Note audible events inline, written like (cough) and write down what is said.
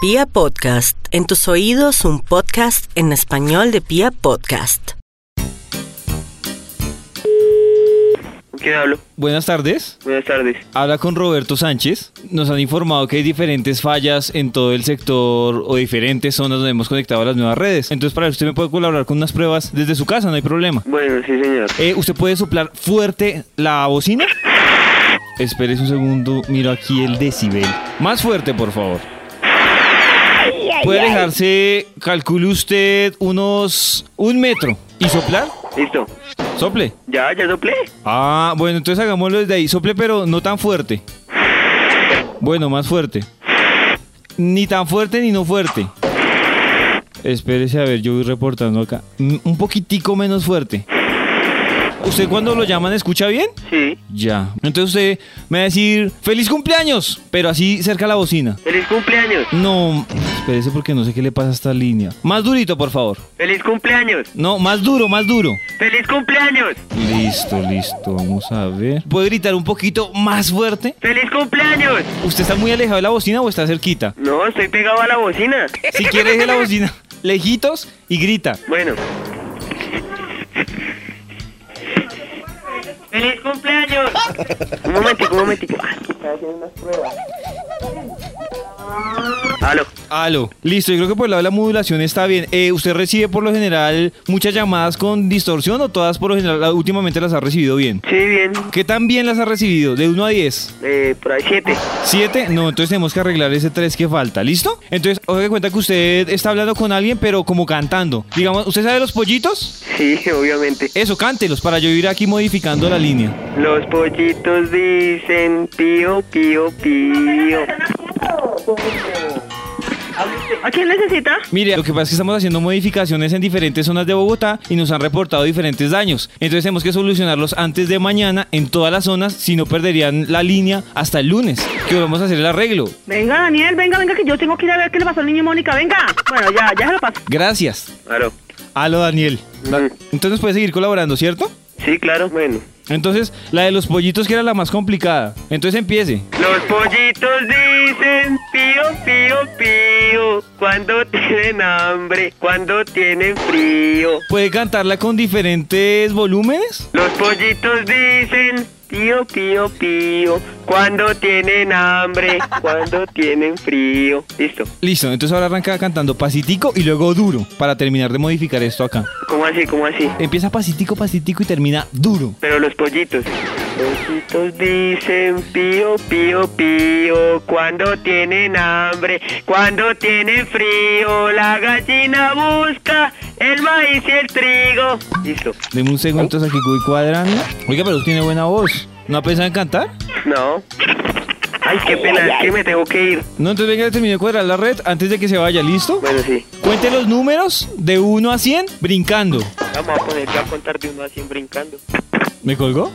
Pia Podcast, en tus oídos un podcast en español de Pia Podcast. ¿Con quién hablo? Buenas tardes. Buenas tardes. Habla con Roberto Sánchez. Nos han informado que hay diferentes fallas en todo el sector o diferentes zonas donde hemos conectado las nuevas redes. Entonces, para ver, usted me puede colaborar con unas pruebas desde su casa, no hay problema. Bueno, sí, señor. Eh, ¿Usted puede soplar fuerte la bocina? Espérese un segundo, miro aquí el decibel. Más fuerte, por favor. ¿Puede alejarse, calcule usted, unos un metro y soplar? ¿Listo? Sople. ¿Ya? ¿Ya soplé? Ah, bueno, entonces hagámoslo desde ahí. Sople, pero no tan fuerte. Bueno, más fuerte. Ni tan fuerte ni no fuerte. Espérese, a ver, yo voy reportando acá. Mm, Un poquitico menos fuerte. ¿Usted cuando lo llaman escucha bien? Sí. Ya. Entonces usted me va a decir, feliz cumpleaños, pero así cerca a la bocina. ¡Feliz cumpleaños! No, espérese porque no sé qué le pasa a esta línea. Más durito, por favor. ¡Feliz cumpleaños! No, más duro, más duro. ¡Feliz cumpleaños! Listo, listo, vamos a ver. ¿Puede gritar un poquito más fuerte? ¡Feliz cumpleaños! ¿Usted está muy alejado de la bocina o está cerquita? No, estoy pegado a la bocina. Si quiere, deje la bocina (laughs) lejitos y grita. Bueno. ¡Feliz cumpleaños! un momentico, un momentico. Ah, que estaba haciendo unas pruebas. Aló. Aló. Listo, yo creo que por el lado de la modulación está bien. Eh, ¿Usted recibe por lo general muchas llamadas con distorsión o todas por lo general ah, últimamente las ha recibido bien? Sí, bien. ¿Qué tan bien las ha recibido? De 1 a 10. Eh, por ahí siete. ¿Siete? No, entonces tenemos que arreglar ese tres que falta, ¿listo? Entonces, oiga de cuenta que usted está hablando con alguien, pero como cantando. Digamos, ¿usted sabe los pollitos? Sí, (laughs) obviamente. Eso, cántelos para yo ir aquí modificando la línea. Los pollitos dicen pío, pío, pío. ¿A quién necesita? Mire, lo que pasa es que estamos haciendo modificaciones en diferentes zonas de Bogotá y nos han reportado diferentes daños. Entonces tenemos que solucionarlos antes de mañana en todas las zonas, si no perderían la línea hasta el lunes, que vamos a hacer el arreglo. Venga, Daniel, venga, venga, que yo tengo que ir a ver qué le pasó al niño Mónica, venga. Bueno, ya, ya se lo paso. Gracias. Aló. Aló, Daniel. Da- Ujú. Entonces puede seguir colaborando, ¿cierto? Sí, claro. Bueno. Entonces, la de los pollitos que era la más complicada. Entonces empiece. Los pollitos dicen pío, pío, pío. Cuando tienen hambre, cuando tienen frío. ¿Puede cantarla con diferentes volúmenes? Los pollitos dicen pío, pío, pío. Cuando tienen hambre, cuando tienen frío. Listo. Listo, entonces ahora arranca cantando pasitico y luego duro para terminar de modificar esto acá. ¿Cómo así? ¿Cómo así? Empieza pasitico, pasitico y termina duro. Pero los pollitos. Pollitos dicen pío, pío, pío, cuando tienen hambre, cuando tienen frío, la gallina busca el maíz y el trigo. Listo. Deme un segundo, entonces aquí voy cuadrando. Oiga, pero usted tiene buena voz. ¿No ha pensado en cantar? No. Ay, qué pena, es que me tengo que ir. No, entonces venga, termine de cuadrar la red antes de que se vaya, ¿listo? Bueno, sí. Cuente los números de 1 a 100 brincando. Vamos a poner que a contar de uno a cien brincando. ¿Me colgó?